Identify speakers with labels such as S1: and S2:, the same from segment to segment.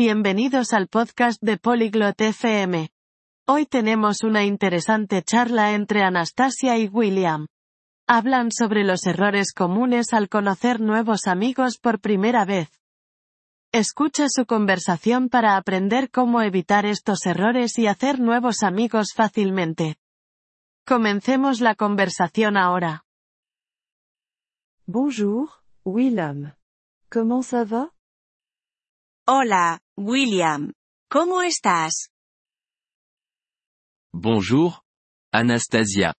S1: Bienvenidos al podcast de Polyglot FM. Hoy tenemos una interesante charla entre Anastasia y William. Hablan sobre los errores comunes al conocer nuevos amigos por primera vez. Escucha su conversación para aprender cómo evitar estos errores y hacer nuevos amigos fácilmente. Comencemos la conversación ahora.
S2: Bonjour, William. Comment ça va?
S3: Hola, William. ¿Cómo estás?
S4: Bonjour, Anastasia.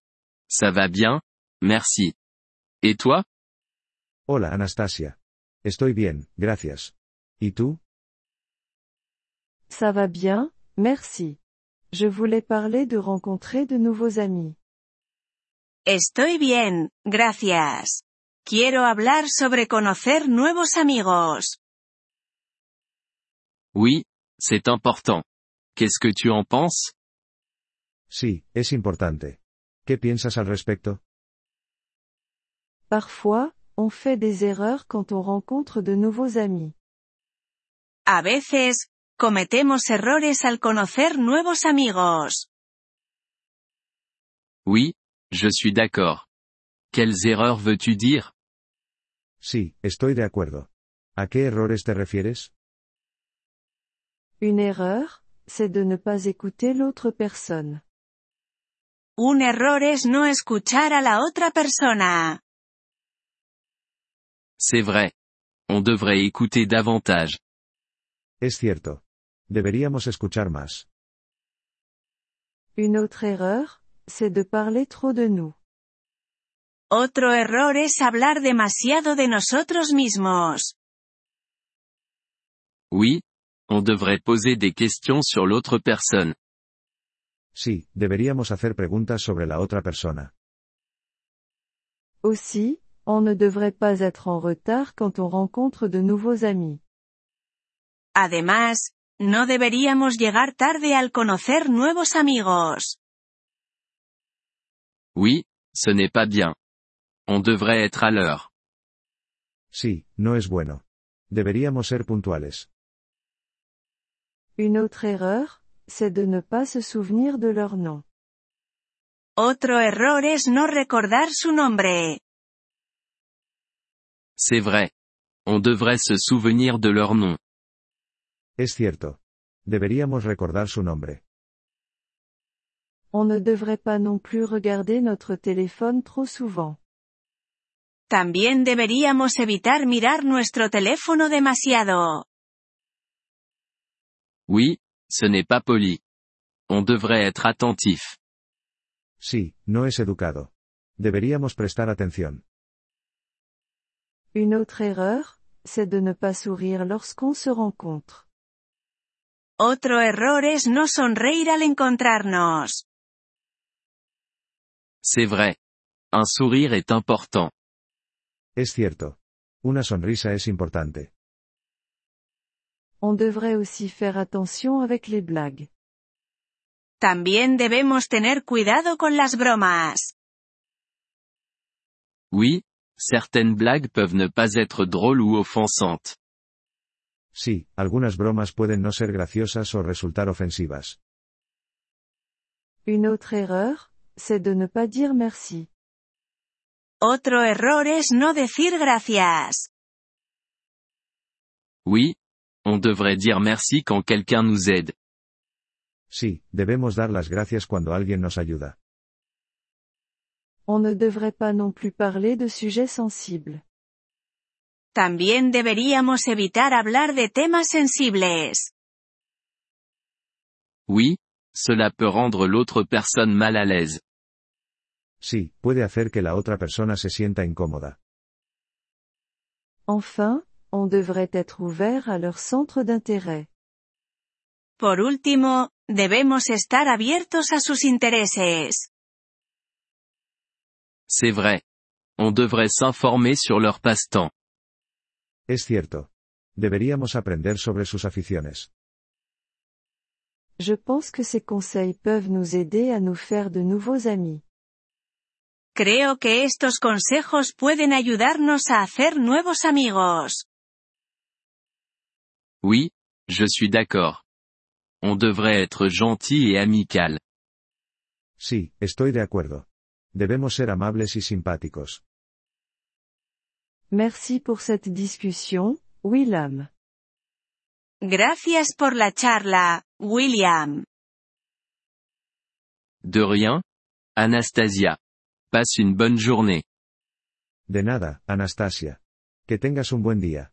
S4: Ça va bien? Merci. Et toi?
S5: Hola, Anastasia. Estoy bien, gracias. ¿Y tú?
S2: Ça va bien, merci. Je voulais parler de rencontrer de nouveaux amis.
S3: Estoy bien, gracias. Quiero hablar sobre conocer nuevos amigos.
S4: Oui, c'est important. Qu'est-ce que tu en penses?
S5: Sí, es importante. ¿Qué piensas al respecto?
S2: Parfois, on fait des erreurs quand on rencontre de nouveaux amis.
S3: A veces, cometemos errores al conocer nuevos amigos.
S4: Oui, je suis d'accord. Quelles erreurs veux-tu dire?
S5: Sí, estoy de acuerdo. ¿A qué errores te refieres?
S2: Une erreur, c'est de ne pas écouter l'autre personne.
S3: Un error es no escuchar a la otra persona.
S4: C'est vrai. On devrait écouter davantage.
S5: Es cierto. Deberíamos escuchar más.
S2: Une autre erreur, c'est de parler trop de nous.
S3: Otro error es hablar demasiado de nosotros mismos.
S4: Oui, on devrait poser des questions sur l'autre personne.
S5: Sí, deberíamos hacer preguntas sobre la otra persona.
S2: Aussi, on ne devrait pas être en retard quand on rencontre de nouveaux amis.
S3: Además, no deberíamos llegar tarde al conocer nuevos amigos.
S4: Oui, ce n'est pas bien. On devrait être à l'heure.
S5: Sí, no es bueno. Deberíamos ser puntuales.
S2: Une autre erreur, c'est de ne pas se souvenir de leur nom.
S3: Otro error es no recordar su nombre.
S4: C'est vrai. On devrait se souvenir de leur nom.
S5: Es cierto. Deberíamos recordar su nombre.
S2: On ne devrait pas non plus regarder notre téléphone trop souvent.
S3: También deberíamos evitar mirar nuestro teléfono demasiado.
S4: Oui, ce n'est pas poli. On devrait être attentif.
S5: Sí, no es educado. Deberíamos prestar atención.
S2: Une autre erreur, c'est de ne pas sourire lorsqu'on se rencontre.
S3: Otro error es no sonreír al encontrarnos.
S4: C'est vrai. Un sourire est important.
S5: Es cierto. Una sonrisa es importante.
S2: On devrait aussi faire attention avec les blagues.
S3: También debemos tener cuidado con las bromas.
S4: Oui, certaines blagues peuvent ne pas être drôles ou offensantes.
S5: Sí, algunas bromas pueden no ser graciosas o resultar ofensivas.
S2: Une autre erreur, c'est de ne pas dire merci.
S3: Otro error es no decir gracias.
S4: Oui, on devrait dire merci quand quelqu'un nous aide.
S5: Sí, debemos dar las gracias cuando alguien nos ayuda.
S2: On ne devrait pas non plus parler de sujets sensibles.
S3: También deberíamos evitar hablar de temas sensibles.
S4: Oui, cela peut rendre l'autre personne mal à l'aise.
S5: Sí, puede hacer que la otra persona se sienta incómoda.
S2: Enfin, on devrait être ouvert à leur centre d'intérêt.
S3: Por último, debemos estar abiertos a sus intereses.
S4: C'est vrai. On devrait s'informer sur leur passe-temps.
S5: Es cierto. Deberíamos aprender sobre sus aficiones.
S2: Je pense que ces conseils peuvent nous aider à nous faire de nouveaux amis.
S3: Creo que estos consejos pueden ayudarnos a hacer nuevos amigos.
S4: Oui, Je suis d'accord. On devrait être gentil et amical.
S5: Sí, estoy de acuerdo. Debemos ser amables y simpáticos.
S6: Merci pour cette discussion, William.
S3: Gracias por la charla, William.
S4: De rien? Anastasia. Passe une bonne journée.
S5: De nada, Anastasia. Que tengas un buen día.